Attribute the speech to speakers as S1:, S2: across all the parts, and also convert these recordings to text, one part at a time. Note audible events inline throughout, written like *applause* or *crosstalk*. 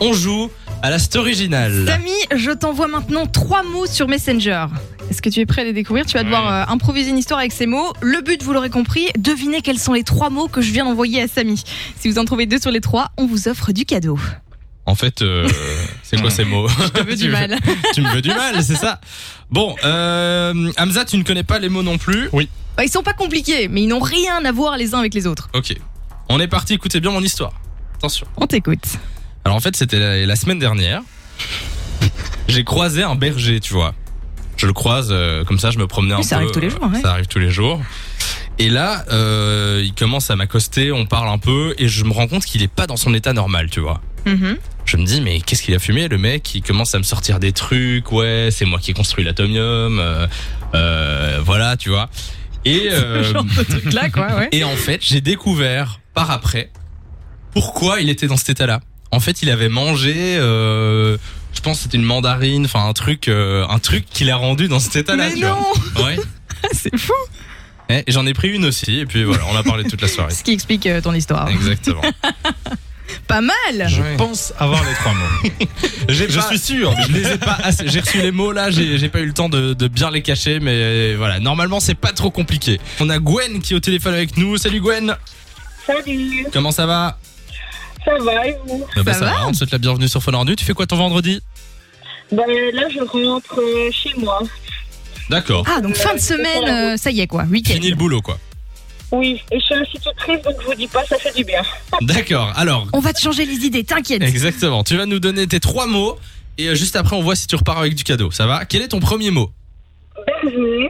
S1: on joue à la story originale.
S2: Samy, je t'envoie maintenant trois mots sur Messenger. Est-ce que tu es prêt à les découvrir Tu vas devoir euh, improviser une histoire avec ces mots. Le but, vous l'aurez compris, devinez quels sont les trois mots que je viens d'envoyer à Samy. Si vous en trouvez deux sur les trois, on vous offre du
S1: *laughs*
S2: cadeau.
S3: En fait, euh, c'est
S1: Hmm.
S3: quoi ces mots
S2: Je te veux
S3: Tu
S2: du
S3: veux-
S2: mal.
S1: tu me veux du mal, c'est ça Bon, euh, Hamza, tu ne connais pas les mots non plus.
S2: Bah, ils sont pas compliqués, mais ils n'ont rien à voir les uns avec les autres.
S1: Ok. On est parti, écoutez bien mon histoire. Attention.
S2: On t'écoute.
S1: Alors en fait, c'était la, la semaine dernière. J'ai croisé un berger, tu vois. Je le croise, euh, comme ça je me promenais un
S2: Oui, ça
S1: peu.
S2: arrive tous les jours,
S1: euh,
S2: ouais.
S1: Ça arrive tous les jours. Et là, euh, il commence à m'accoster, on parle un peu, et je me rends compte qu'il est pas dans son état normal, tu vois.
S2: Mhm.
S1: Je me dis, mais qu'est-ce qu'il a fumé Le mec, il commence à me sortir des trucs, ouais, c'est moi qui ai construit l'atomium, euh, euh, voilà, tu vois.
S2: *laughs*
S1: Et, euh,
S2: Ce genre de truc là,
S1: *laughs*
S2: quoi, ouais.
S1: et en fait, j'ai découvert par après pourquoi il était dans cet état-là. En fait, il avait mangé, euh, je pense que c'était une mandarine, enfin un truc, euh, un truc qui l'a rendu dans cet état-là.
S2: Mais
S1: tu
S2: non *laughs*
S1: vois. Ouais.
S2: C'est fou
S1: Et J'en ai pris une aussi, et puis voilà, on a parlé toute la
S2: *laughs*
S1: soirée.
S2: Ce qui explique euh, ton histoire.
S1: Exactement.
S2: Pas mal
S3: Je
S1: Ouais.
S3: pense avoir les trois mots.
S1: *laughs* J'ai
S3: Je
S1: pas-
S3: suis sûr.
S1: Je les ai pas assez- J'ai reçu les mots là, j'ai j'ai pas eu le temps de, de bien les cacher, mais euh, voilà. Normalement, c'est pas trop compliqué. On a Gwen qui est au téléphone avec nous. Salut Gwen,
S4: Salut,
S1: comment ça va
S4: ça va et vous
S1: Ah bah,
S2: Ça va
S1: On te souhaite la bienvenue sur Fun Ordu. Tu fais quoi ton vendredi
S4: ben, Là, je rentre euh, chez moi.
S1: D'accord.
S2: Ah, donc fin de semaine, euh, ça y est, quoi, week-end.
S1: Fini le boulot quoi.
S4: Oui, et je suis institutrice, donc je vous dis pas, ça fait du bien.
S1: D'accord. Alors,
S2: On va te changer les idées, t'inquiète.
S1: exactement. Tu vas nous donner tes trois mots et euh, juste après, on voit si tu repars avec du cadeau. Ça va Quel est ton premier mot
S4: Berger,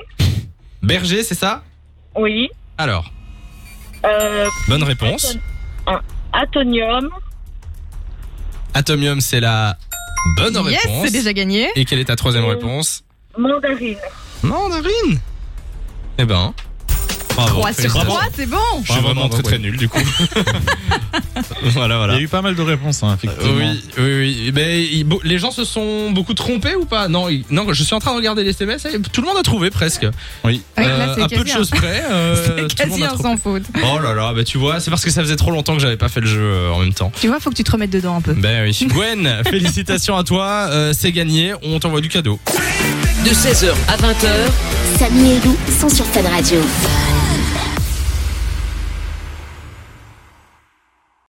S1: Berger, c'est ça
S4: oui.
S1: Alors,
S4: Euh, Ah,
S1: bonne réponse.
S4: Atonium,
S1: Atomium, c'est la bonne
S2: yes,
S1: réponse.
S2: c'est déjà gagné.
S1: Et quelle est ta
S3: Euh.
S1: troisième réponse
S4: mandarine.
S1: Mandarine Eh ben. Bravo. Euh,
S2: 3 sur
S1: Félicitations.
S2: 3, c'est bon
S1: Je suis vraiment très
S3: Bravo, bravo,
S1: très nul du
S3: *laughs*
S1: coup. *laughs* voilà,
S3: Il y
S1: voilà. Euh,
S3: a eu pas mal de réponses, hein, effectivement.
S1: Oui, oui, oui. Mais il- bo- les gens se sont beaucoup trompés ou pas non, il- non, je suis en train de regarder les SMS. et Tout le monde a trouvé presque.
S3: Oui.
S2: Ouais,
S1: Euh,
S2: là, c'est
S1: à peu de
S2: quasi un-
S1: choses
S2: *laughs*
S1: près. euh,
S2: C'est
S1: tout le
S2: hein. quasi
S1: monde a
S2: un
S1: trouvé.
S2: sans faute.
S1: Oh là là, bah tu vois, c'est parce que ça faisait trop longtemps que j'avais pas fait le jeu euh, en même temps.
S2: Tu vois, faut que tu te remettes dedans un peu.
S1: Ben
S2: *laughs*
S1: oui. Gwen, félicitations à toi. euh, c'est gagné. On t'envoie du cadeau.
S5: De 16h à 20h,
S6: Samy et Lou sont sur Fan Radio.